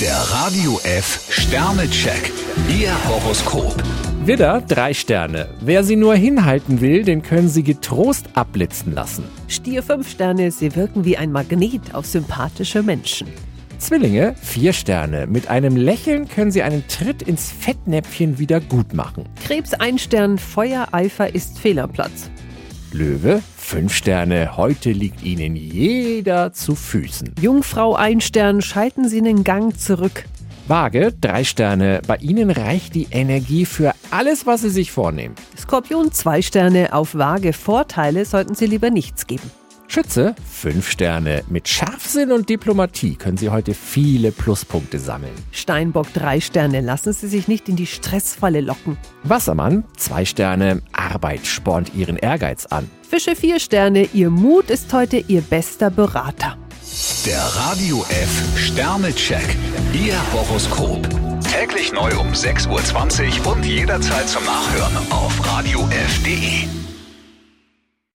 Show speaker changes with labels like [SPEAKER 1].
[SPEAKER 1] Der Radio F Sternecheck. Ihr Horoskop.
[SPEAKER 2] Widder, drei Sterne. Wer sie nur hinhalten will, den können sie getrost abblitzen lassen.
[SPEAKER 3] Stier 5 Sterne, Sie wirken wie ein Magnet auf sympathische Menschen.
[SPEAKER 2] Zwillinge, vier Sterne. Mit einem Lächeln können sie einen Tritt ins Fettnäpfchen wieder gut machen.
[SPEAKER 3] Krebs 1 Stern, Feuereifer ist Fehlerplatz.
[SPEAKER 2] Löwe, fünf Sterne. Heute liegt ihnen jeder zu Füßen.
[SPEAKER 3] Jungfrau 1 Stern, schalten Sie den Gang zurück.
[SPEAKER 2] Waage, drei Sterne. Bei ihnen reicht die Energie für alles, was sie sich vornehmen.
[SPEAKER 3] Skorpion 2 Sterne, auf vage Vorteile sollten Sie lieber nichts geben.
[SPEAKER 2] Schütze, fünf Sterne. Mit Scharfsinn und Diplomatie können sie heute viele Pluspunkte sammeln.
[SPEAKER 3] Steinbock 3 Sterne, lassen Sie sich nicht in die Stressfalle locken.
[SPEAKER 2] Wassermann, zwei Sterne. Arbeit spornt ihren Ehrgeiz an.
[SPEAKER 3] Fische 4 Sterne, Ihr Mut ist heute Ihr bester Berater.
[SPEAKER 1] Der Radio F Sternecheck. Ihr Horoskop. Täglich neu um 6.20 Uhr und jederzeit zum Nachhören auf Radio radiof.de.